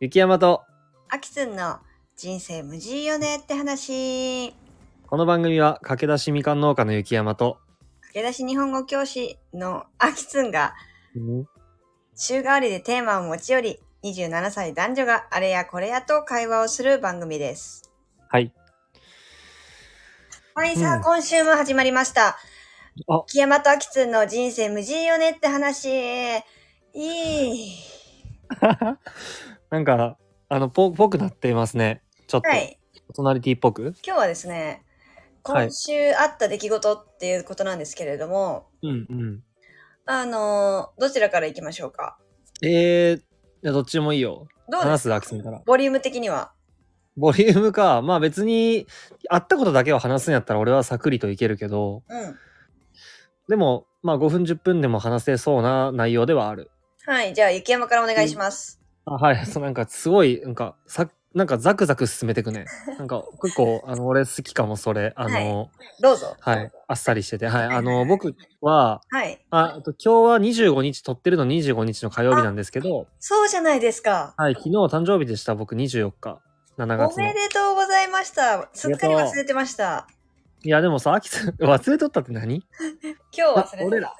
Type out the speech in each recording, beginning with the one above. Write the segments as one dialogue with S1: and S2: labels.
S1: 雪山と
S2: アキスンの人生無事よねって話。
S1: この番組は駆け出しみかん農家の雪山と、
S2: 駆け出し日本語教師のアキスンが週替わりでテーマを持ち寄り、27歳男女があれやこれやと会話をする番組です。
S1: はい
S2: はい、さあ、
S1: うん
S2: 今週も始まりました。
S1: あ
S2: 木山とアキツンの人生無事よねって話。いい。
S1: なんかあのぽぽくなってますねちょっと、
S2: はい。
S1: パーソナリティっぽく
S2: 今日はですね、
S1: はい
S2: 今週あった出来事っていうことなんですけれども、
S1: うんうん
S2: あのーどちらから行きましょうか。
S1: えー、いやどっちでもいいよ
S2: どうで
S1: 話
S2: す
S1: すアクセンから
S2: ボリューム的には。
S1: ボリュームかまあ別に会ったことだけを話すんやったら俺はさくりといけるけど
S2: うん。
S1: でもまあ5分10分でも話せそうな内容ではある
S2: はい、じゃあ、雪山からお願いします。
S1: あはい そうなんかすごいなんかさなんかザクザク進めてくねなんか結構あの俺好きかもそれあの、
S2: どうぞ。
S1: はい。あっさりしてて。はい。あの、僕は、
S2: はい。
S1: あえっと今日は25日、撮ってるの25日の火曜日なんですけど、
S2: そうじゃないですか。
S1: はい。昨日誕生日でした、僕24日。7
S2: お
S1: 月の。
S2: め
S1: い
S2: でとうございました。すっかり
S1: ありがとう
S2: 忘れてました。
S1: や、でもさ、秋さん、忘れとったって何
S2: 今日忘れて
S1: あ
S2: た。
S1: 俺ら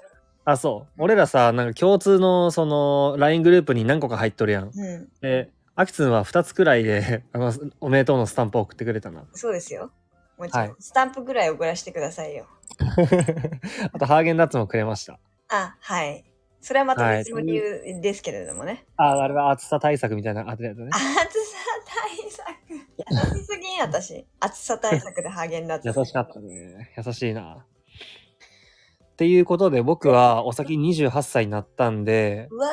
S1: あ、そう。俺らさ、なんか共通の、その、LINE グループに何個か入っとるやん。
S2: うん、
S1: で、アキツンは2つくらいで、 あの、おめでとうのスタンプを送ってくれた な。
S2: そうですよ。もちろん、
S1: はい
S2: スタンプぐらい送らせてくださいよ。
S1: あと、ハーゲンダッツもくれました。
S2: あ、はい。それはまた
S1: はい
S2: 別の理由ですけれどもね。
S1: あ、あれは暑さ対策みたいな、あれだよね
S2: 暑。さ対策。優しすぎん、私。暑さ対策でハーゲンダッツ。
S1: 優しかったね。優しいな。っていうことで僕はお先28歳になったんで
S2: うわ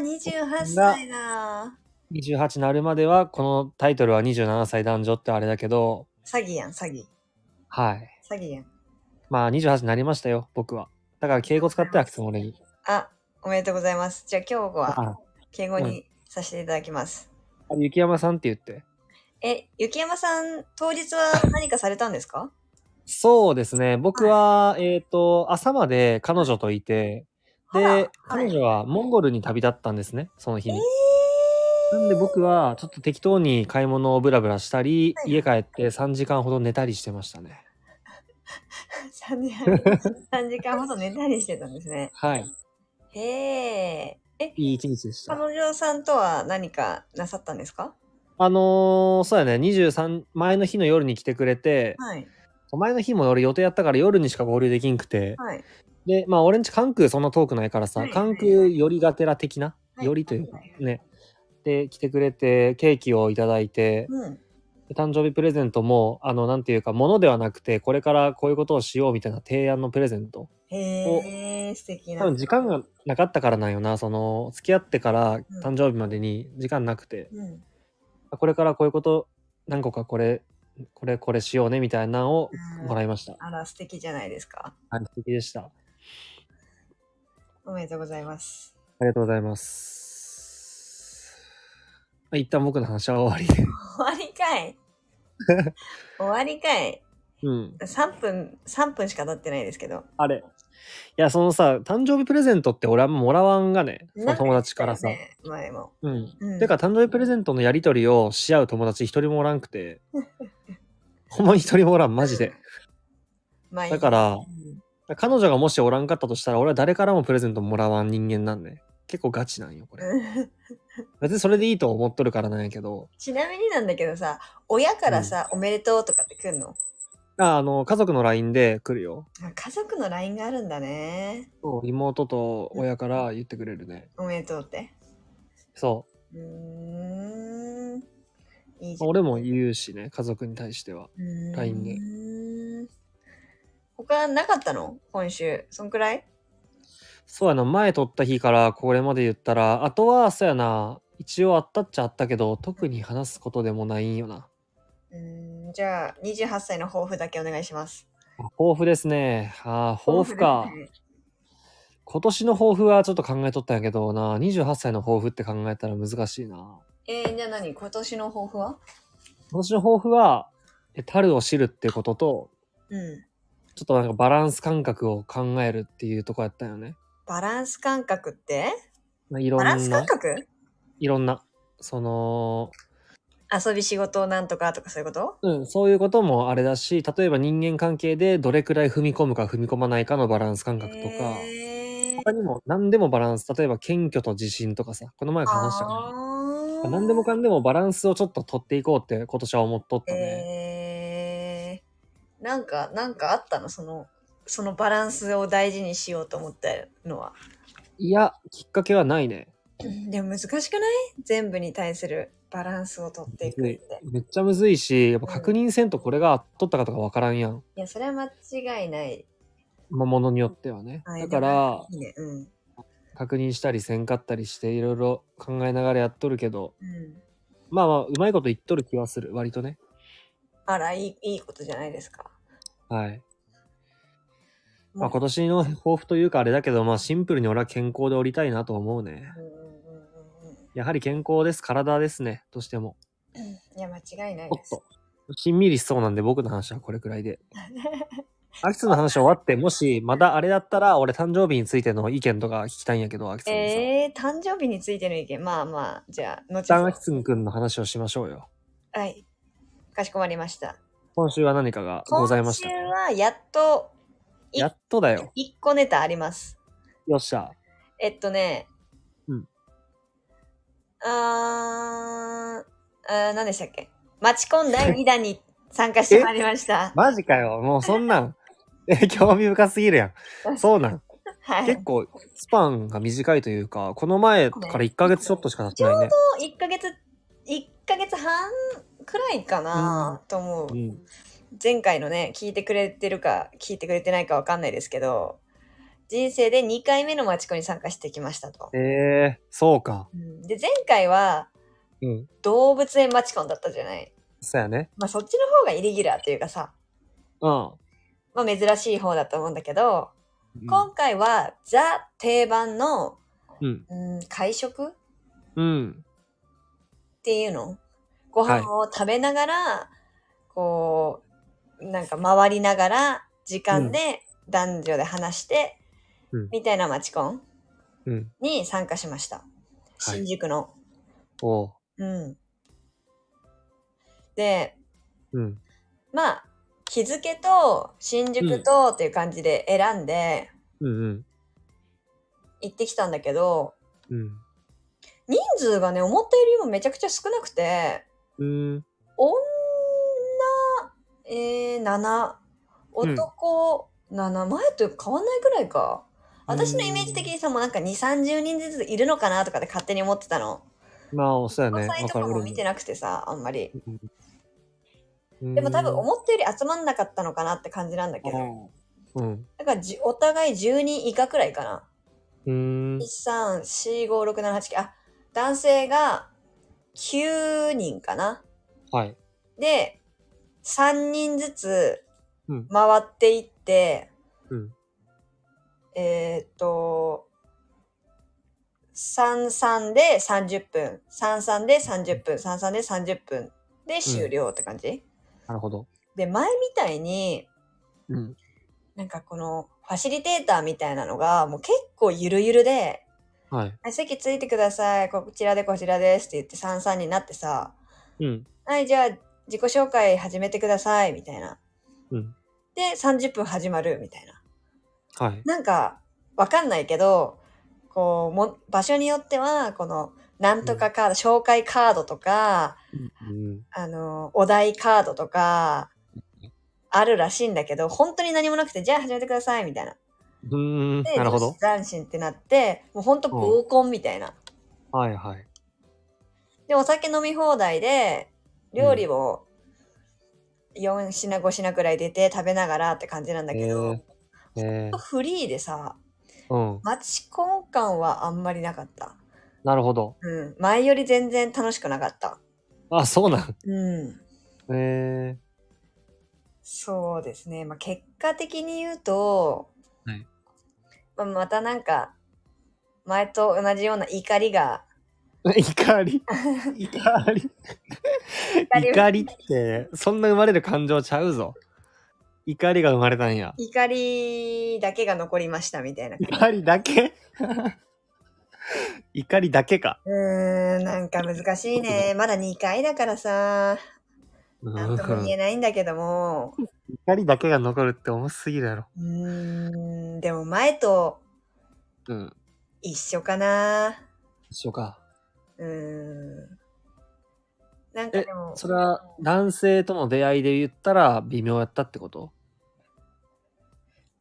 S2: ー、28歳だ。
S1: 28になるまではこのタイトルは27歳男女ってあれだけど
S2: 詐欺やん、詐欺。
S1: はい
S2: 詐欺やん。
S1: まあ28になりましたよ僕はだから敬語使って飽きつも俺に
S2: あ、おめでとうございます。じゃあ今日は
S1: あ
S2: 敬語にさせていただきます。
S1: あ雪山さんって言って
S2: え、雪山さん、当日 は何かされたんですか
S1: そうですね僕は、えっ、と朝まで彼女といて
S2: あらは
S1: で
S2: い
S1: 彼女はモンゴルに旅立ったんですねその日
S2: えー
S1: に、なんで僕はちょっと適当に買い物をブラブラしたり、
S2: はい
S1: 家帰って3時間ほど寝たりしてましたね。
S2: 3時間 ,3 時間ほど寝たりしてたんですね。
S1: はい。
S2: へえ。え、
S1: いい一日でした。
S2: 彼女さんとは何かなさったんですか
S1: あのー、そうやね、23、前の日の夜に来てくれて、
S2: はい。
S1: 前の日も俺予定やったから夜にしか合流できんくて、
S2: はい。
S1: で、まあ俺んち関空そんな遠くないからさ
S2: は、い
S1: 関空よりがてら的な、
S2: はい
S1: よりというか
S2: はいはい、
S1: ね。で、来てくれて、ケーキをいただいて、
S2: うん。
S1: で誕生日プレゼントも、あの、なんていうか、ものではなくて、これからこういうことをしようみたいな提案のプレゼント。
S2: へえ、素敵な。
S1: 多分時間がなかったからなんよなその付き合ってから誕生日までに時間なくて、
S2: うん。
S1: これからこういうこと何個かこれこれこれしようねみたいなのを
S2: うん
S1: もらいました、
S2: あら、素敵じゃないですか。
S1: はい素敵でしたあ
S2: おめでとうございます。
S1: りがとうございます一旦僕の話は終わりで
S2: 終わりか い。終わりかい。
S1: うん
S2: 3分、3分しか経ってないですけど。
S1: あれいやそのさ誕生日プレゼントって俺はもらわんがねそ
S2: な
S1: の
S2: い
S1: 友達からさ、
S2: ね前も。
S1: うん
S2: うん
S1: てか誕生日プレゼントのやり取りをし合う友達一人もおらんく てほんまに一人もおらんマジで
S2: まあ
S1: だから
S2: うん
S1: 彼女がもしおらんかったとしたら俺は誰からもプレゼントもらわん人間なんで結構ガチなんよこれ別にそれでいいと思っとるからなんやけど
S2: ちなみになんだけどさ、親からさ、おめでとうとかって来るの
S1: ああの家族の LINE で来るよ
S2: あ家族の LINE があるんだね。
S1: 妹と親から言ってくれるね
S2: おめでとうって。
S1: そう
S2: ーん。いいう
S1: まあ俺も言うしね家族に対しては
S2: う
S1: LINE で
S2: で。他なかったの今週。そんくらい
S1: そうやな前撮った日からこれまで言ったらあとはそうやな一応あったっちゃあったけど特に話すことでもないんよな
S2: うーん。じゃあ、28歳の抱負だけお願いします。
S1: あ抱負ですねああ抱負か
S2: 抱負ですね
S1: 今年の抱負はちょっと考えとったんやけどな28歳の抱負って考えたら難しいな
S2: えー、じゃあ何今年の抱負は
S1: 今年の抱負は、え樽を知るってことと、
S2: うん。
S1: ちょっとなんかバランス感覚を考えるっていうとこやったよね。
S2: バランス感覚って
S1: まあいろ
S2: バ
S1: ん
S2: ランス
S1: な
S2: 感、覚
S1: いろんな。その、
S2: 遊び仕事をなんとかとかそういうこと
S1: うん、そういうこともあれだし、例えば人間関係でどれくらい踏み込むか踏み込まないかのバランス感覚とか、
S2: へー
S1: 他にも何でもバランス、例えば謙虚と自信とかさ、この前話したか
S2: あ
S1: ら、
S2: ー
S1: 何でもかんでもバランスをちょっと取っていこうって今年は思っとったね。
S2: えー、なんか、なんかあったのその、そのバランスを大事にしようと思ったのは。
S1: いや、きっかけはないね。
S2: でも難しくない全部に対するバランスを取っていくって。
S1: めっちゃむずいし、やっぱ確認せんとこれが取ったかとかわからんやん。
S2: いや、それは間違いない。
S1: まあものによってはね。
S2: はい
S1: だから、
S2: いいね。うん。
S1: 確認したりせんかったりして、いろいろ考えながらやっとるけど、
S2: うん。
S1: まあまあ、うまいこと言っとる気はする、割とね。
S2: あら、いい、いいことじゃないですか。
S1: はい。まあ今年の抱負というかあれだけど、まあシンプルに俺は健康でおりたいなと思うね。
S2: うんうんうんうんうん
S1: やはり健康です。体ですね。どうしても。
S2: いや、間違いない
S1: おっ
S2: です。
S1: と。しんみりしそうなんで僕の話はこれくらいで。アキツの話終わって、もしまだあれだったら俺誕生日についての意見とか聞きたいんやけど、アキツにさ。一
S2: えー、誕生日についての意見。まあまあ、じゃあ、後
S1: 旦
S2: ほ
S1: ア
S2: ど
S1: キ。ツくんの話をしましょうよ。
S2: はい。かしこまりました。
S1: 今週は何かがございましたか
S2: 今週は、やっと、
S1: やっとだよ。
S2: 一個ネタあります。
S1: よっしゃ。
S2: えっとね、
S1: うん。
S2: あー、あー何でしたっけマチコン第2弾に参加してまいり ました。
S1: マジかよ。もうそんなん。 え、興味深すぎるやん。そうなん。
S2: はい。
S1: 結構スパンが短いというか、この前から1ヶ月ちょっとしか経ってないね。
S2: 1ヶ月、1ヶ月半くらいかな、と思う。
S1: うん。
S2: 前回のね、聞いてくれてるか、聞いてくれてないかわかんないですけど、人生で2回目のマチコンに参加してきましたと。
S1: ええそうか。
S2: うんで、前回は
S1: うん。
S2: 動物園マチコンだったじゃない。
S1: そうやね。
S2: まあそっちの方がイレギュラーというかさ、
S1: うん。
S2: まあ珍しい方だと思うんだけど、
S1: うん
S2: 今回はザ定番の、
S1: うん。
S2: うん、会食っ
S1: うん。
S2: ていうのご
S1: はい
S2: 飯を食べながら、こう、なんか回りながら、時間で男女で話し
S1: う
S2: て、
S1: ん
S2: みたいなマチコン
S1: うん。
S2: に参加しました。
S1: はい
S2: 新宿の。
S1: おう。
S2: うん。で、
S1: うん。
S2: まあ、日付と新宿とっていう感じで選んで
S1: うんうん。
S2: 行ってきたんだけど、
S1: うん。
S2: 人数がね、思ったよりもめちゃくちゃ少なくて、
S1: うん。
S2: 女、えー、7、
S1: うん
S2: 男、7、前と変わんないくらいか。
S1: うん
S2: 私のイメージ的にさ、もうなんか2、30人ずついるのかなとかで勝手に思ってたの。
S1: まあ、そうやね。
S2: サイ
S1: わ
S2: ト
S1: か
S2: とか
S1: る。
S2: も見てなくてさ、あんまり。
S1: うん
S2: でも多分思ったより集まんなかったのかなって感じなんだけど。
S1: うん。
S2: だからじお互い10人以下くらいかな。
S1: うん。
S2: 1,3,4,5,6,7,8,9あ男性が9人かな。
S1: はい。
S2: で3人ずつ
S1: うん
S2: 回っていって、
S1: うん
S2: えーっと33で30分33で30分33で30分で終了って感じ、
S1: なるほど。
S2: で前みたいに
S1: うん。
S2: なんかこのファシリテーターみたいなのがもう結構ゆるゆるで
S1: はい。
S2: はい席ついてください。こちらでこちらですって言って三々になってさ、
S1: うん。
S2: はい、じゃあ自己紹介始めてください、みたいな。
S1: うん。
S2: で、30分始まる、みたいな。
S1: はい。
S2: なんか、わかんないけど、こう、も、場所によっては、この、なんとかカード、紹介カードとか、
S1: うん。
S2: あの、お題カードとか、あるらしいんだけど、本当に何もなくて、じゃあ始めてください、みたいな。
S1: うん。
S2: で、
S1: なるほど。
S2: 斬新ってなって、もう本当合コンみたいな。
S1: はいはい。
S2: で、お酒飲み放題で、料理を4品5品くらい出て食べながらって感じなんだけど、
S1: ええ。
S2: フリーでさ、
S1: うん。
S2: マチコン感はあんまりなかった。
S1: なるほど。
S2: うん。前より全然楽しくなかった。
S1: あ、そうなん。
S2: うん。
S1: ええ。
S2: そうですね。まあ、結果的に言うと、
S1: はい
S2: まあ、またなんか、前と同じような怒りが、
S1: 怒 り怒り
S2: りは
S1: 怒りってそんな生まれる感情ちゃうぞ怒りが生まれたんや
S2: 怒りだけが残りましたみたいな。
S1: 怒りだけ 怒りだけか。
S2: うーん、なんか難しいね。まだ2回だからさ、
S1: う
S2: なん
S1: ん
S2: とも言えないんだけども。
S1: 怒りだけが残るって重すぎるやろ。
S2: うーん、でも前と
S1: うん。
S2: 一緒かな。
S1: 一緒か。
S2: うーん。なんかでも、
S1: それは男性との出会いで言ったら微妙やったってこと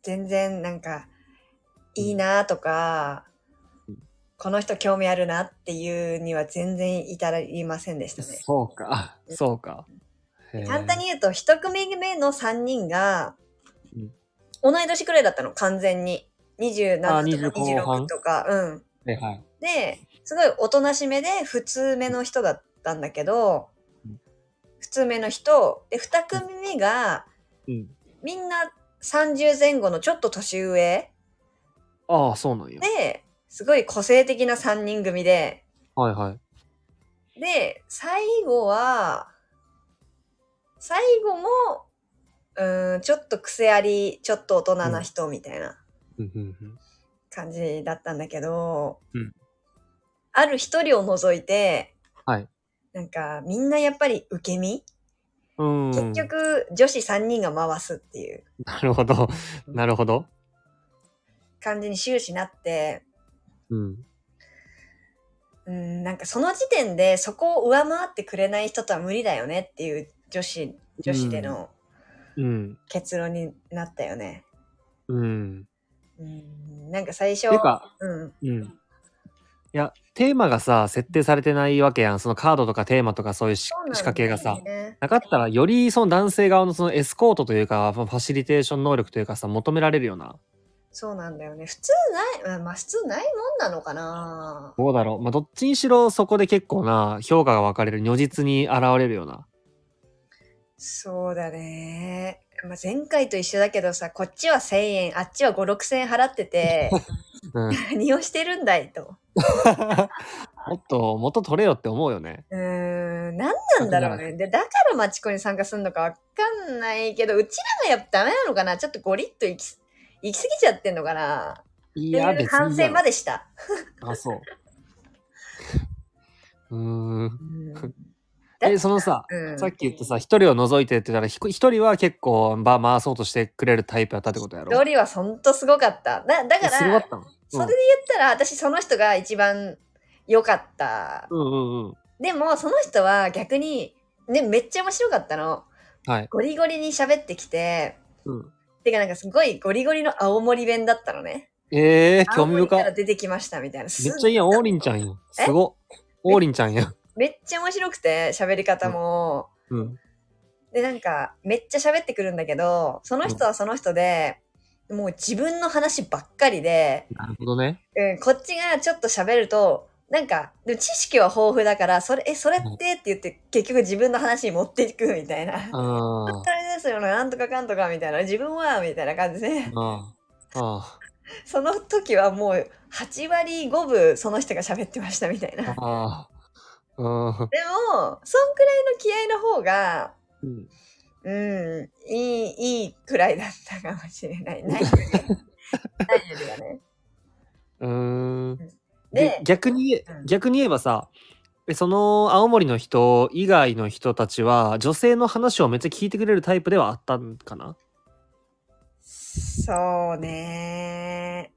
S2: 全然なんか、いいなとか、
S1: うん
S2: この人興味あるなっていうには全然至りませんでしたね。
S1: そうか。あそうか。へー
S2: 簡単に。言うと、一組目の3人が
S1: うん、
S2: 同い年くらいだったの、完全に。
S1: あ
S2: 27とか
S1: 20後半
S2: 26とか、うん。
S1: はいはい。
S2: で、すごいおとなしめで、普通目の人だったんだけど
S1: うん、
S2: 普通目の人、で、二組目が、
S1: うん。
S2: みんな30前後のちょっと年上
S1: ああ、そうなんや。
S2: で、すごい個性的な3人組で、
S1: はいはい。
S2: で、最後は、最後も、うーん、ちょっと癖あり、ちょっと大人な人みたいな
S1: うんうんうん
S2: 感じだったんだけど、
S1: うん
S2: ある一人を除いて、
S1: はい
S2: なんか、みんなやっぱり受け身、
S1: うん。
S2: 結局、女子3人が回すっていう
S1: なるほど。なるほど。
S2: 感じに終始なって、
S1: うん。
S2: うん、なんかその時点でそこを上回ってくれない人とは無理だよねっていう女子、女子での
S1: うん。
S2: 結論になったよね。
S1: うん。
S2: うん、なんか最初、
S1: てか、
S2: うん、
S1: うん。いや、テーマがさ、設定されてないわけやん。そのカードとかテーマとかそういうし
S2: そうなん
S1: 仕
S2: だよね
S1: 掛けがさ。なかったら、よりその男性側のそのエスコートというか、ファシリテーション能力というかさ、求められるよな。
S2: そうなんだよね。普通ない、まあ普通ないもんなのかな
S1: どうだろう。まあ、どっちにしろそこで結構な評価が分かれる、如実に現れるような。
S2: そうだね。まあ、前回と一緒だけどさ、こっちは1000円、あっちは5、6000円払っ てて、
S1: うん。
S2: 何をしてるんだいと。
S1: もっと元取れよって思うよね。
S2: うーん、何なんだろうね。で、だからマチコに参加するのかわかんないけど、うちらがやっぱダメなのかなちょっとゴリッと行きす、行き過ぎちゃってんのかないい
S1: や、
S2: ってい
S1: 別
S2: う
S1: に。
S2: 反省ま。でした。
S1: あ、 そう。うーん。
S2: うん。
S1: え、そのさ、
S2: う ん
S1: さっき言ったさ、一人を除いてって言ったら、ひこ一人は結構場回そうとしてくれるタイプやったってことやろ
S2: ドリはほんとすごかった。だだから、
S1: えすごかったの
S2: それで言ったら、私その人が一番良かった。
S1: うんうんうんうん。
S2: でも、その人は逆に、ね、めっちゃ面白かったの。
S1: はい。
S2: ゴリゴリに喋ってきて、
S1: うん、
S2: てかなんかすごいゴリゴリの青森弁だったのね。
S1: えー、興味
S2: 青森
S1: 深
S2: か
S1: い。
S2: ら出てきましたみたいな。す
S1: めっちゃいいやん、王林ちゃんやん。
S2: え
S1: すごっ。王林ちゃんやん。
S2: めっちゃ面白くて、喋り方も。
S1: うん。
S2: で、なんか、めっちゃ喋ってくるんだけど、その人はその人で、もう自分の話ばっかりで、
S1: なるほどね。
S2: うん、こっちがちょっと喋ると、なんか、でも知識は豊富だから、それ、え、それってって言って、結局自分の話に持っていくみたいな。あ
S1: あー
S2: れですよね、なんとかかんとかみたいな、自分は、みたいな感じで、
S1: あー。あ
S2: その時はもう8割5分その人が喋ってましたみたいな。で
S1: ーあー。あ
S2: も、そんくらいの気合の方が、
S1: ーうん。
S2: うん、いい、いいくらいだったかもしれない。ないよりないよりはね。
S1: うーん。で
S2: で、
S1: 逆に言え
S2: うん
S1: 逆に言えばさえその青森の人以外の人たちは女性の話をめっちゃ聞いてくれるタイプではあったんかな
S2: そうね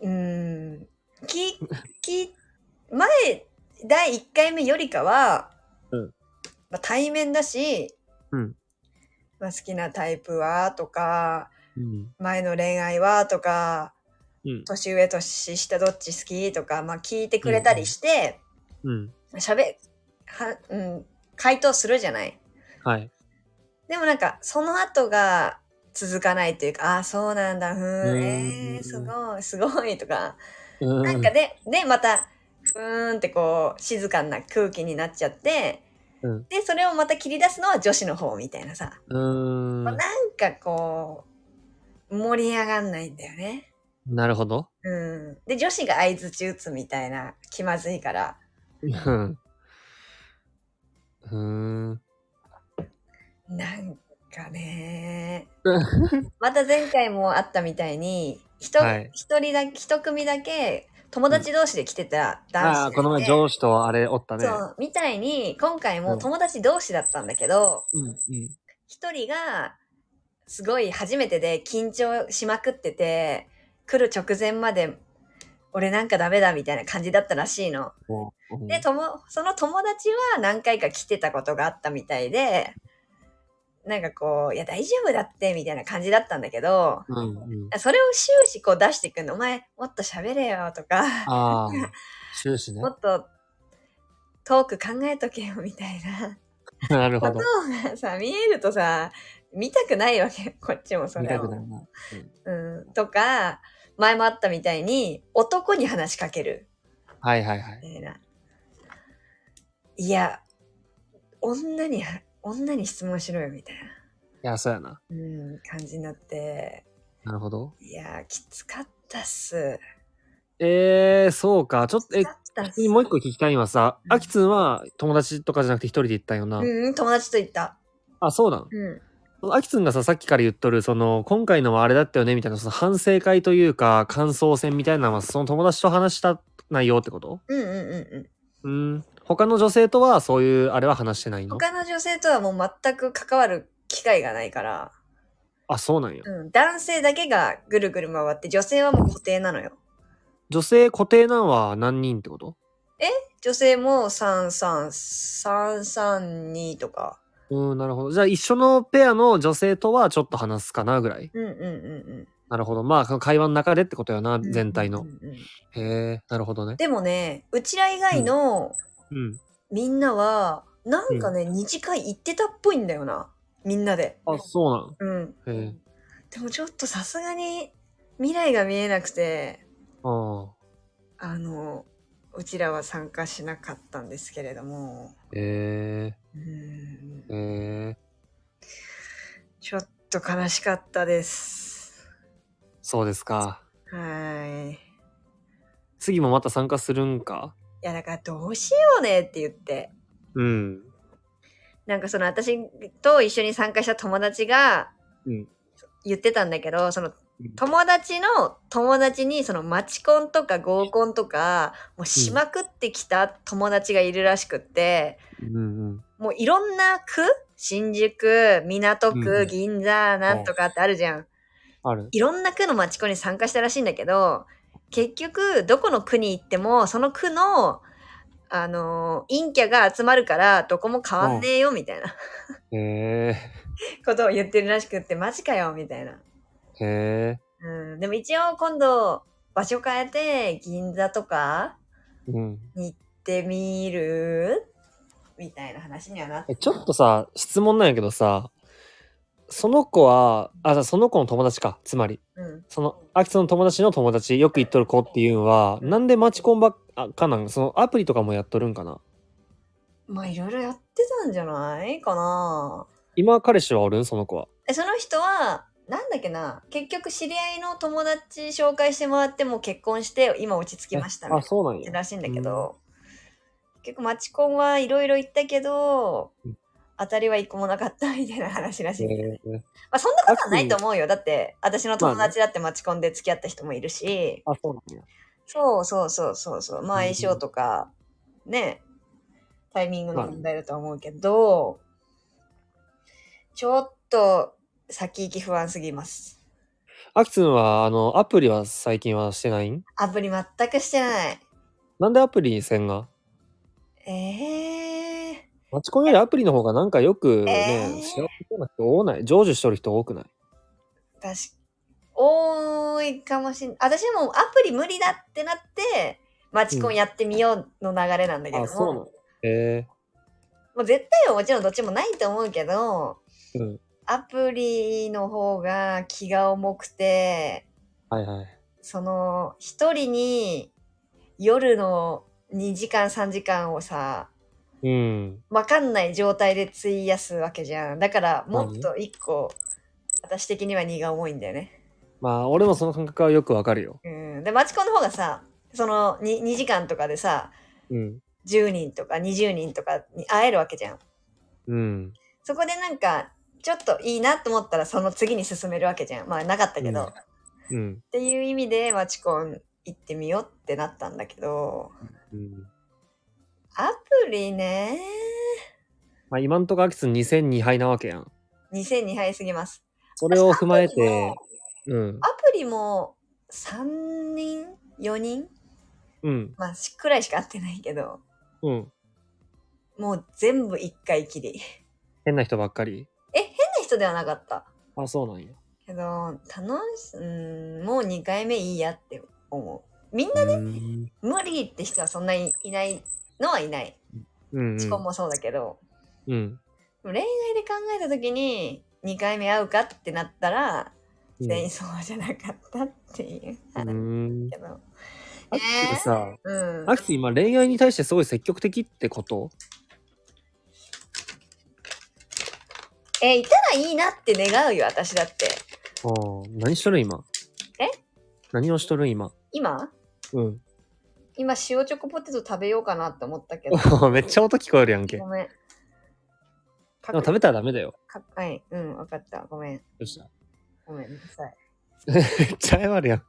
S2: うん、き、き、前、第1回目よりかは、
S1: うん
S2: まあ、対面だし、
S1: うん
S2: まあ、好きなタイプはとか、
S1: うん
S2: 前の恋愛はとか、
S1: うん
S2: 年上年下どっち好きとか、まあ、聞いてくれたりして、
S1: うん
S2: しゃべは、うん、回答するじゃない。
S1: はい
S2: でもなんか、その後が続かないというか、ああー、そうなんだ、ふー、
S1: うんん
S2: えー、すごい、すごいとか、
S1: う
S2: なんかで、で、また、ふーんってこう、静かな空気になっちゃって、
S1: うん
S2: で、それをまた切り出すのは女子の方みたいなさ、
S1: うーん
S2: なんかこう、盛り上がんないんだよね。
S1: なるほど
S2: うん。で、女子が合図打つみたいな、気まずいから。
S1: うんうーん
S2: なんかね。また前回もあったみたいに、一、
S1: はい
S2: 一人だけ、一組だけ友達同士で来てた男 子、
S1: ああ、この前上司とあれおったね
S2: そ。う、みたいに、今回
S1: う
S2: も
S1: ん
S2: 友達同士だったんだけど、
S1: うんうん。
S2: 一人が、すごい初めてで緊張しまくってて、来る直前まで、俺なんかダメだみたいな感じだったらしいの。
S1: もううん
S2: で、とも、その友達は何回か来てたことがあったみたいで、なんかこう、いや大丈夫だって、みたいな感じだったんだけど、
S1: うん うん。
S2: それを終始こう出してくんの。お前、もっと喋れよとか、
S1: ああ、終始ね
S2: も。っとトーク考えとけよみたい な
S1: なる
S2: こ
S1: ほ
S2: と
S1: ど。
S2: がさ、見えるとさ、見たくないわけ、こっちもそ
S1: 見
S2: れ
S1: た
S2: を
S1: く。ないな。うん
S2: うん、とか、前もあったみたいに、男に話しかける。
S1: はいはいはい。
S2: みたいな。いや、女に、女に質問しろよ、みたいな、
S1: いや、そうやな。
S2: うん、感じになって、
S1: なるほど。
S2: いや、きつかったっす。
S1: えー、そうか。ちょっと、
S2: き
S1: え
S2: つ、かったっす。
S1: もう一個聞きたいのはさ、
S2: うん
S1: あきつんは友達とかじゃなくて一人で行ったんよな。
S2: うん、友達と行った。
S1: あ、そうなの
S2: うん。
S1: あきつんがさ、さっきから言っとる、その、今回のはあれだったよね、みたいな、その反省会というか、感想戦みたいなのは、その友達と話した内容ってこと
S2: うんうんうんう
S1: う
S2: ん。
S1: ん。他の女性とは、そういう、あれは話してないの
S2: 他の女性とはもう全く関わる機会がないから、
S1: あ、そうなんや。
S2: うん、男性だけがぐるぐる回って女性はもう固定なのよ
S1: 女性固定なんは何人ってこと
S2: 女性も33332とか
S1: うん、なるほど。じゃあ、一緒のペアの女性とは、ちょっと話すかな、ぐらい。
S2: うんうんうんうん
S1: なるほど。まあ、その会話の中でってことよな、全体の。
S2: うんうんうん
S1: へえ、なるほどね。
S2: でもねうちら以外の
S1: うん。
S2: みんなはなんかね、二次会行ってたっぽいんだよなみんなで
S1: あ、そう
S2: うん
S1: なのへえ。
S2: でもちょっとさすがに未来が見えなくて
S1: ああ。
S2: あのうちらは参加しなかったんですけれども
S1: へ
S2: うん
S1: え、へえ。
S2: ちょっと悲しかったです。
S1: そうですか。
S2: はーい。い
S1: 次もまた参加するんか
S2: や、だからどうしようねって言って。
S1: うん。
S2: なんかその私と一緒に参加した友達が
S1: うん。
S2: 言ってたんだけど、その
S1: うん
S2: 友達の友達にそのマチコンとか合コンとか、もうしまくってきた友達がいるらしくって、
S1: うんうん。
S2: もういろんな区新宿、港区、
S1: うん
S2: 銀座、なんとかってあるじゃん。
S1: ある。
S2: いろんな区の町コンに参加したらしいんだけど結局どこの区に行ってもその区のあのー陰キャが集まるからどこも変わんねえよみたいな
S1: へ
S2: ことを言ってるらしくってマジかよみたいな、
S1: え。へえ。
S2: うん、でも一応今度場所変えて銀座とか
S1: うん。
S2: 行ってみるみたいな話にはなって
S1: えちょっとさ、質問なんやけどさ、その子は、あ、じゃあその子の友達か。つまり、
S2: うん
S1: その、アキツの友達の友達、よく行っとる子っていうんは、なんでマチコンばっあかなんそのアプリとかもやっとるんかな
S2: まあいろいろやってたんじゃないかな
S1: 今彼氏はおるんその子は。
S2: えその人はなんだっけな結局知り合いの友達紹介してもらってもう結婚して今落ち着きました
S1: え
S2: みた
S1: あ、
S2: い
S1: そうなん
S2: な
S1: や。
S2: らしいんだけど、結構マチコンはいろいろ行ったけど
S1: うん
S2: 当たりは一個もなかったみたいな話らしい、
S1: へえ。
S2: まあ、そんなことはないと思うよだって私の友達だってマチコンで付き合った人もいるし、
S1: あ、そうなんや。
S2: そうそうそうそうそうまあ
S1: うん
S2: 相性とかねタイミングの問題だとは思うけど、ちょっと先行き不安すぎます
S1: アキツンは、あの、アプリは最近はしてないん
S2: アプリ全くしてない。
S1: なんでアプリにせんが
S2: ええ
S1: マチコンよりアプリの方がなんかよくね、
S2: えー
S1: 幸せそうな人多ない。成就しとる人多くない
S2: ー、確か、多いかもしん私もアプリ無理だってなって、マチコンやってみようの流れなんだけども、
S1: あ、そうなのえ
S2: もう絶対はもちろんどっちもないと思うけど、
S1: えうん。
S2: アプリの方が気が重くて、
S1: はいはい。
S2: その、一人に夜の2時間3時間をさ、
S1: うん。
S2: わかんない状態で費やすわけじゃん。だから、もっと一個、私的には荷が重いんだよね。
S1: まあ、俺もその感覚はよくわかるよ。
S2: うん。で、マチコンの方がさ、その 2, 2時間とかでさ、
S1: うん。
S2: 10人とか20人とかに会えるわけじゃん。
S1: うん。
S2: そこでなんか、ちょっといいなと思ったら、その次に進めるわけじゃん。まあ、なかったけど。
S1: うん。
S2: っていう意味で、マチコン行ってみようってなったんだけど、
S1: うん
S2: アプリね、
S1: まあ、今んとこアキツン2002杯なわけやん。
S2: 2002杯すぎます。
S1: それを踏まえ
S2: 私アプ
S1: て
S2: リも、
S1: うん。
S2: アプリも3人、4人、
S1: うん。
S2: まあ、しくらいしか会ってないけど、
S1: うん。
S2: もう全部1回きり。変
S1: 変な人ばっかり。
S2: な人ではなかった。
S1: あ、そうなんや。
S2: けど、楽し、うん、もう2回目いいやって思う。みんな
S1: うん。
S2: 無理って人はそんなにいないのはいない。
S1: うん
S2: 遅婚もそうだけど、
S1: うん。
S2: 恋愛で考えた時に2回目会うかってなったら、
S1: うん。
S2: 全員そうじゃなかったっていう。
S1: うん。
S2: けど。
S1: アキツンさ、
S2: うん。
S1: アキツン今恋愛に対してすごい積極的ってこと
S2: え、いたらいいなって願うよ、私だって。
S1: ああ、何しとる今。
S2: え
S1: 何をしとる今。
S2: 今
S1: うん。
S2: 今、塩チョコポテト食べようかなって思ったけど。
S1: お めっちゃ音聞こえるやんけ。で
S2: ごめん。
S1: も食べたらダメだよ。
S2: かはい、うん、わかった。ごめん。
S1: どうした
S2: ごめんなさい。
S1: めっちゃ謝るやん。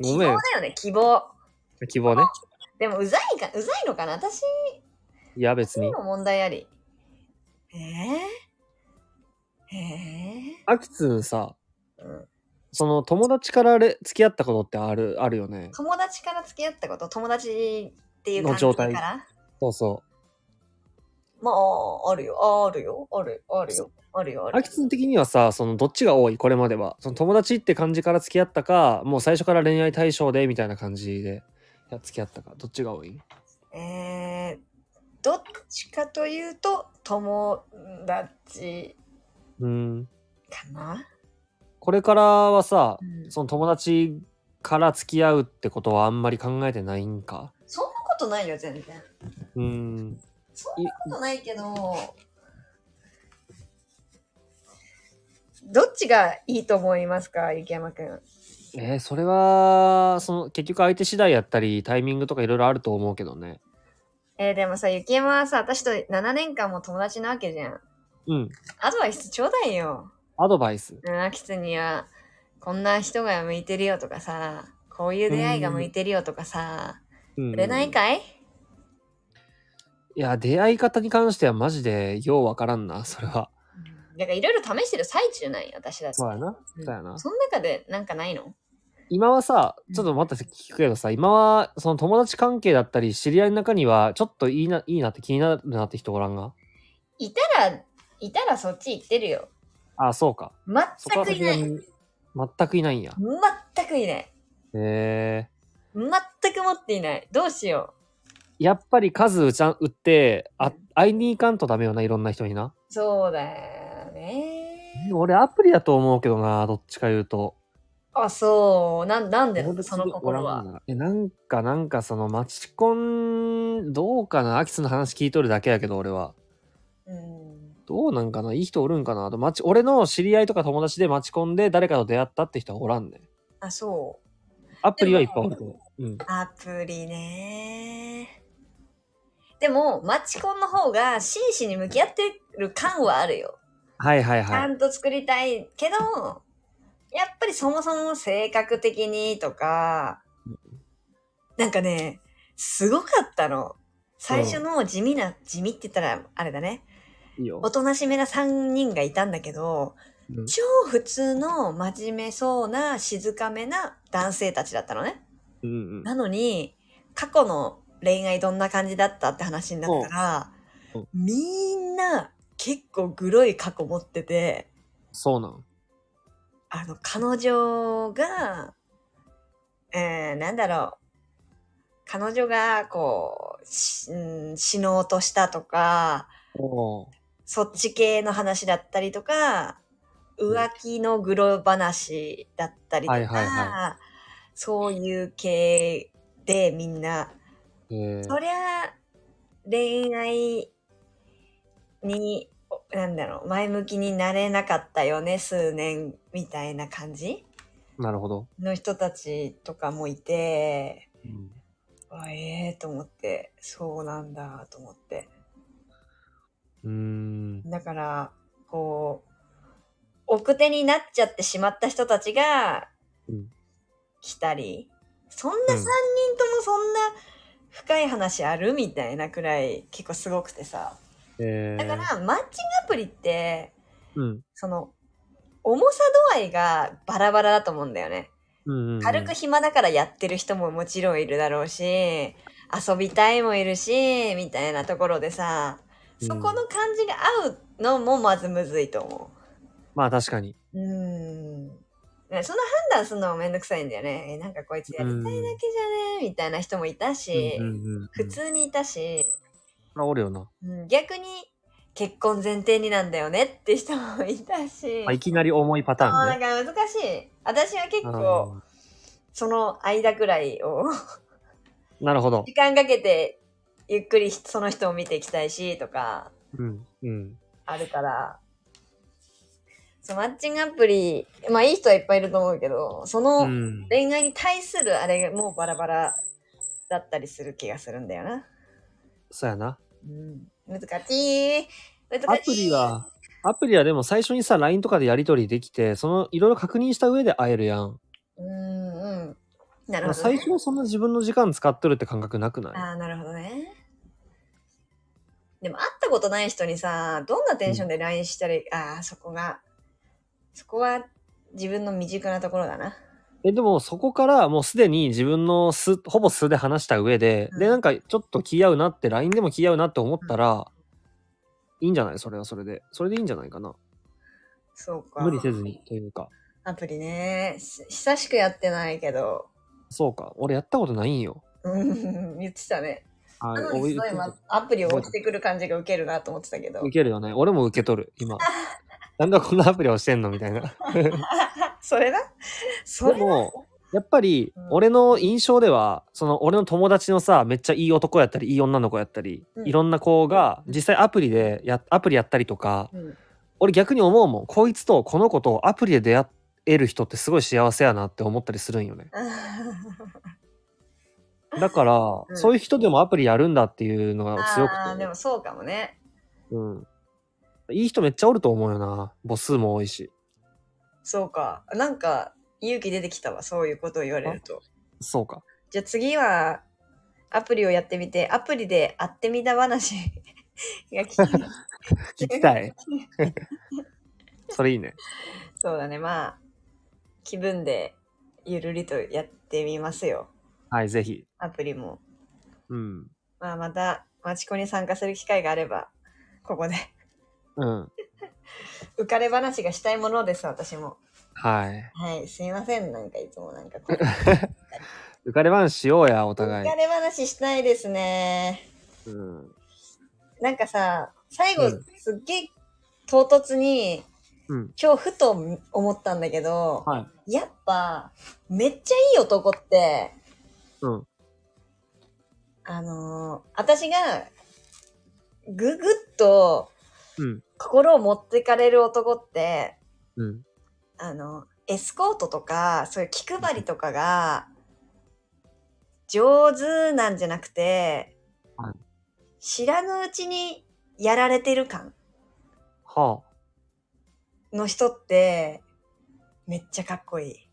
S1: ごめ
S2: 希
S1: ん
S2: 望。だよね、希望。
S1: 希望ね。
S2: でも、うざいか、うざいのかな私
S1: いや、別に
S2: に。も問題あり。えー、え
S1: アキツンさ、
S2: ーうん
S1: その友達かられ付き合ったことってある、あるよね。
S2: 友達から付き合ったこと、友達っていう
S1: の状態
S2: 感じから
S1: そうそ
S2: もう、あるよ、あるよ、ある、あるよ、あるよ、あ
S1: う。ア
S2: る
S1: キツン的にはさ、そのどっちが多いこれまでは。その友達って感じから付き合ったか、もう最初から恋愛対象でみたいな感じでいや付き合ったか。どっちが多い
S2: えー、どっちかというと、友達
S1: うん。
S2: かな、
S1: これからはさ
S2: う、んそ
S1: その友達から付き合うってことはあんまり考えてないんか。
S2: んなことないよ、全然。
S1: うん。
S2: そんなことないけど、どっちがいいと思いますか、雪山くん。
S1: えーそれは、その結局相手次第やったり、タイミングとかいろいろあると思うけどね。
S2: えー、でもさ、雪山はさ、私と7年間も友達なわけじゃん。
S1: うん。
S2: アドバイスちょうだいよ。
S1: アドバイス。
S2: うん、アキツには、こんな人が向いてるよとかさ、こういう出会いが向いてるよとかさ、
S1: うん。
S2: 売れないかい
S1: いや、出会い方に関してはマジでようわからんな、それは。
S2: なんかいろいろ試してる最中なんよ、私だって。
S1: そうやな。
S2: うん
S1: そうやな。
S2: その中でなんかないの
S1: 今はさ、ちょっとまた聞くけどさ、今はその友達関係だったり、知り合いの中には、ちょっといいな、いいなって気になるなって人おらんが。
S2: いたら、いたらそっち行ってるよ。
S1: あ、そうか。そこ
S2: 全
S1: は
S2: くいない。
S1: に全くいないんや。
S2: 全くいない。
S1: へえ。
S2: 全く持っていない。どうしよ
S1: やっぱり数打ちゃん打って、あ、会いに行かんとダメよな、いろんな人にな。
S2: う。そうだよね。
S1: 俺アプリだと思うけどな、どっちか言うと。
S2: あ、そう。なんなんでなの
S1: 俺
S2: その心
S1: おら
S2: は
S1: ん。なえなんかなんかその待ちコンどうかなアキスの話聞いとるだけやけど俺は
S2: うん。
S1: どうなんかないい人おるんかなと待ち俺の知り合いとか友達で待ちコンで誰かと出会ったって人はおらんね
S2: あ、そう。
S1: アプリはいっぱいおるけどうん
S2: アプリね。でも、マチコンの方が真摯に向き合ってる感はあるよ。
S1: はいはい
S2: ちゃ
S1: はい
S2: んと作りたいけど、やっぱりそもそも性格的にとか、なんかね、すごかったの。最初の地味な、地味って言ったらあれだね。
S1: いいよ
S2: おとなしめな3人がいたんだけど、
S1: うん
S2: 超普通の真面目そうな静かめな男性たちだったのね。
S1: うんうん
S2: なのに、過去の恋愛どんな感じだったって話になったら
S1: うんうん、
S2: みんな結構グロい過去持ってて、
S1: そうなん
S2: あの、彼女が、えー、なんだろう。彼女が、こう、しうん死のうとしたとか、
S1: おー
S2: そっち系の話だったりとか、浮気のグロ話だったりとか、
S1: はいはいは
S2: そういう系でみんな、
S1: へえ
S2: そりゃ、恋愛に、おなんだろう、前向きになれなかったよね、数年、みたいな感じ
S1: なるほど、
S2: の人たちとかもいて、
S1: うん
S2: わええと思って、そうなんだと思って。
S1: うーん
S2: だから、こう、奥手になっちゃってしまった人たちが
S1: うん
S2: 来たり、そんな
S1: う
S2: 3
S1: ん
S2: 人ともそんな深い話あるみたいなくらい結構すごくてさ。
S1: えー、
S2: だから、マッチングアプリって、
S1: うん、
S2: その、重さ度合いがバラバラだと思うんだよね。
S1: うんうんうん、
S2: 軽く暇だからやってる人ももちろんいるだろうし、遊びたいもいるし、みたいなところでさ、そこの感じが合うのもまずむずいと思
S1: まあ確かに。
S2: う。うん。だからその判断するのもめんどくさいんだよね。え、なんかこいつやりたいだけじゃねみたいな人もいたし、
S1: うんうんうん、
S2: 普通にいたし、
S1: まあおるよな。
S2: うん逆に結婚前提になんだよねって人もいたし、
S1: まあ、いきなり重いパタ
S2: そう
S1: ー
S2: な
S1: ン
S2: ん
S1: ね。
S2: か難しい。私は結構、
S1: あ
S2: その間くらいを
S1: ーなるほど。
S2: 時間かけてゆっくりその人を見ていきたいしとか
S1: うん、うん。
S2: あるからそうマッチングアプリまあいい人はいっぱいいると思うけどそうの
S1: ん、
S2: 恋愛に対するあれがもうバラバラだったりする気がするんだよな、
S1: そうやな。
S2: うん、難しい難しい
S1: アプリは、アプリはでも最初にさ、LINE とかでやり取りできて、そのいろいろ確認した上で会えるやん。
S2: うんうん
S1: ま
S2: なる
S1: あ
S2: ほど、
S1: 最
S2: ね、
S1: 初はそんな自分の時間使っとるって感覚なくない
S2: ああなるほどねでも会ったことない人にさどんなテンションで LINE したり、ああそこがそこは自分の未熟なところだな
S1: え、でもそこからもうすでに自分の素、ほぼ素で話した上で、
S2: うん
S1: で、なんかちょっと気合うなって、LINE でも気合うなって思ったら、いいんじゃないそれはそれで。それでいいんじゃないかな。
S2: そうか
S1: 無理せずにというか。
S2: アプリねし久しくやってないけど
S1: そうか。俺やったことないんよ。
S2: うん言ってたね
S1: は。
S2: ないのにすごい、ま、アプリを押してくる感じがウケるなと思ってたけど
S1: 受けるよね。俺も受け取る、今。なんだこんなアプリをしてんのみたい な。
S2: それだそ
S1: で
S2: れ
S1: も、やっぱり
S2: うん、
S1: 俺の印象では、その、俺の友達のさ、めっちゃいい男やったり、いい女の子やったり、
S2: うん
S1: いろんな子が、実際アプリでや、アプリやったりとか、
S2: うん
S1: 俺逆に思うもん。こいつとこの子とアプリで出会える人ってすごい幸せやなって思ったりするんよね。だから、
S2: うん
S1: そういう人でもアプリやるんだっていうのが強く
S2: あーで
S1: て
S2: も。そうかもね
S1: うん。いい人めっちゃおると思うよな。母数も多いし。
S2: そうかなんか勇気出てきたわそういうことを言われると
S1: そうか。
S2: じゃあ次はアプリをやってみてアプリで会ってみた話 が聞きたい
S1: 聞き たい。それいいね。
S2: そうだねまあ気分でゆるりとやってみますよ
S1: はい、ぜひ。
S2: アプリも、
S1: うん。
S2: まあ、またマチコに参加する機会があればここで
S1: うん。
S2: 浮かれ話がしたいものです私も
S1: はい。
S2: はいすいませんなんかいつもな んかこう
S1: 浮かれ話しようや、お互
S2: 浮
S1: い
S2: か。れ話したいですね
S1: うん。
S2: なんかさ、最後、
S1: うん
S2: すっげえ唐突に、
S1: うん。
S2: 今日ふと思ったんだけど、
S1: はい。
S2: やっぱ、めっちゃいい男って、
S1: うん。
S2: あのー私が、ぐぐっと
S1: うん。
S2: 心を持ってかれる男って、
S1: うん。
S2: あの、エスコートとか、そういう気配りとかが、上手なんじゃなくて、
S1: はい
S2: 知らぬうちにやられてる感
S1: は
S2: の人って、めっちゃかっこいい。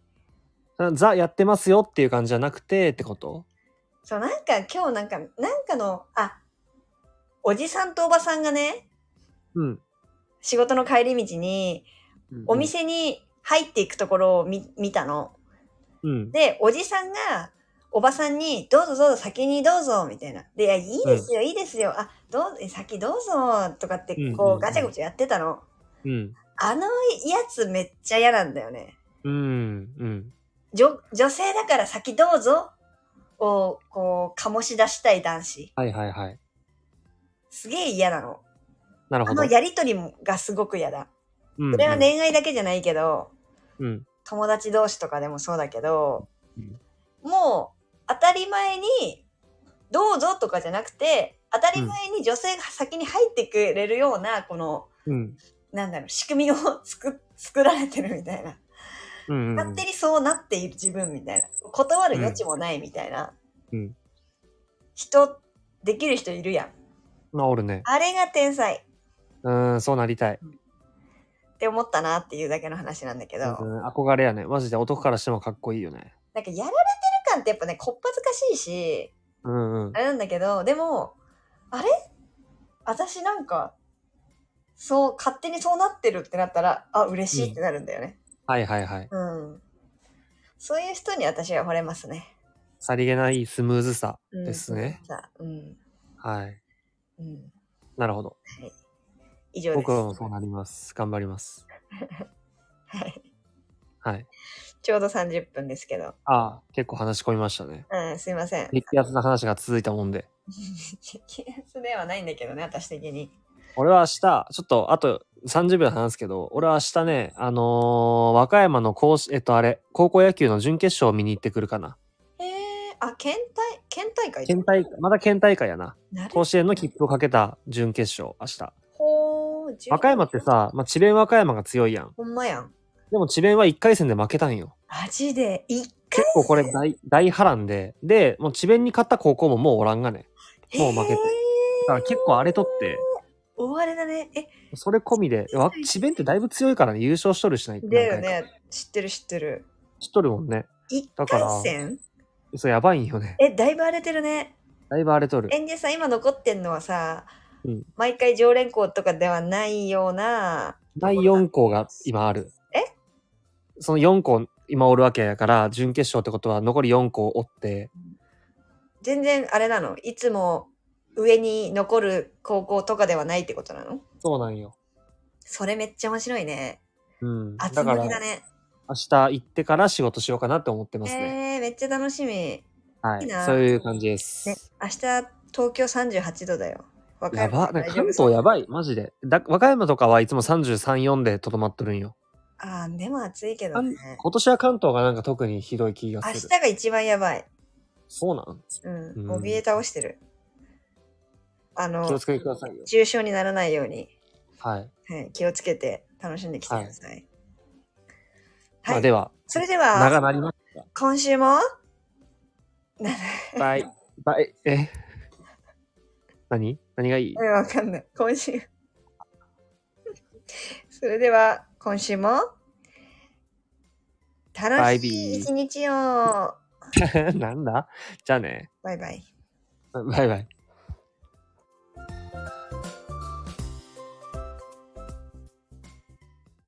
S1: あ。ザやってますよっていう感じじゃなくてってこと
S2: そう、なんか今日なんか、なんかの、あ、おじさんとおばさんがね、
S1: うん。
S2: 仕事の帰り道に、
S1: うん
S2: お。店に入っていくところを見見たの。
S1: うん。
S2: で、おじさんが、おばさんに、どうぞどうぞ先にどうぞ、みたいな。で、いやいいですよ、いいですよ、あ、どう、先どうぞ、とかって
S1: うん、うん
S2: こ
S1: う
S2: う、
S1: ん
S2: ガチャガチャやってたの。
S1: うん。
S2: あのやつめっちゃ嫌なんだよね。
S1: うん。うん。
S2: 女女性だから先どうぞをこう醸し出したい男子
S1: はいはいはい。
S2: すげえ嫌なの
S1: なる
S2: あ
S1: ほど。
S2: のやりとりもがすごく嫌だ
S1: うん
S2: それは。恋愛だけじゃないけど、
S1: うん。
S2: 友達同士とかでもそうだけど、
S1: うん
S2: もう当たり前にどうぞとかじゃなくて当たり前に女性が先に入ってくれるようなこの、
S1: うん。
S2: なんだろう仕組みを作作られてるみたいな
S1: うん。
S2: 勝手にそうなっている自分みたいな断る余地もないみたいな、
S1: うん
S2: 人できる人いるやん
S1: まあ、おるね。
S2: あれが天才
S1: うん、そうなりたい。
S2: って思ったなっていうだけの話なんだけ
S1: う
S2: ど、
S1: ん憧れやね。マジで男からしてもかっこいいよね。
S2: なんかやられてる感ってやっぱね、こっぱずかしいし、
S1: うんうん
S2: あ。れなんだけど、でも、あれ私なんか、そう、勝手にそうなってるってなったら、あ、嬉しいってなるんだよね。
S1: はいはいはい。
S2: うん。そういう人に私は惚れますね。
S1: さりげないスムーズさ
S2: うん
S1: ですね。。
S2: さあうん。
S1: はい。
S2: うん。
S1: なるほど。
S2: 以上です。
S1: 僕はもうそうなります。頑張ります。
S2: はい。
S1: はい。
S2: ちょうど30分ですけど。
S1: ああ、結構話し込みましたね。
S2: うん、すいません。
S1: 激アツな話が続いたもんで。
S2: 激安ではないんだけどね、私的に。
S1: 俺は明日、ちょっとあと30秒話すけど、俺は明日ね、あのー和歌山の高し、えっとあれ、高校野球の準決勝を見に行ってくるかな。
S2: へえ、あ、県大、県大会
S1: 県大、まだ県大会やな。
S2: なる
S1: 甲子園の切符をかけた準決勝、明日。
S2: ほど。
S1: 和歌山ってさ、まあ、智弁和歌山が強いやん。
S2: ほんまやん。
S1: でも智弁は1回戦で負けたんよ。
S2: マジで、一回
S1: 結構これ大大波乱で、で、もう智弁に勝った高校ももうおらんがね。もう負けて
S2: へー
S1: だから結構荒れとって、
S2: 大荒れだね。え、
S1: それ込みで、わ智弁ってだいぶ強いからね、優勝しとるしないって。
S2: だよ
S1: 何回か。
S2: ね。知ってる知ってる。
S1: しとるもんね。
S2: 一
S1: だから
S2: 回戦
S1: そうやばいんよね。
S2: え、だいぶ荒れてるね。
S1: だいぶ荒れとる。
S2: 演者さん、今残ってんのはさ、
S1: うん
S2: 毎回常連校とかではないような、
S1: 第4校が今ある。
S2: え
S1: その4校今おるわけやから、準決勝ってことは残り4校おって、
S2: 全然あれなの。いつも上に残る高校とかではないってことなの
S1: そうなんよ。
S2: それめっちゃ面白いね。
S1: うん。だ
S2: 熱
S1: か
S2: 盛
S1: ら、
S2: りだね。
S1: 明日行ってから仕事しようかなって思ってますね。
S2: えー、めっちゃ楽しみ。ね、
S1: はい
S2: い
S1: い。
S2: な
S1: そういう感じです。
S2: 明日、東京38度だよ。わか
S1: や
S2: る
S1: ば、なんか関
S2: 大丈夫そう
S1: 東やばい、マジで。だ和歌山とかはいつも33、4でとどまっとるんよ。
S2: あー、でも暑いけ
S1: か
S2: ど
S1: ん
S2: ね。
S1: 今年は関東がなんか特にひどい気が
S2: 明
S1: す
S2: 日
S1: る。
S2: が一番やばい。
S1: そうなん
S2: うん。
S1: うん
S2: 怯え倒してる。あ
S1: 気を
S2: の
S1: つ、けてくださいよ。
S2: 重症にならないように、
S1: はい。
S2: はい、気をつけて楽しんできてください。はい。
S1: まあでは、
S2: それで
S1: 長
S2: は、
S1: なりま
S2: 今週も、
S1: す。バ イ。バイ。え 何何がい い
S2: え、わかんない。今週。 それでは、今週も、
S1: バ
S2: 楽
S1: イ
S2: しい
S1: ビー
S2: 一日を。
S1: なんだじゃあね。
S2: バイバイ。
S1: バイバイ。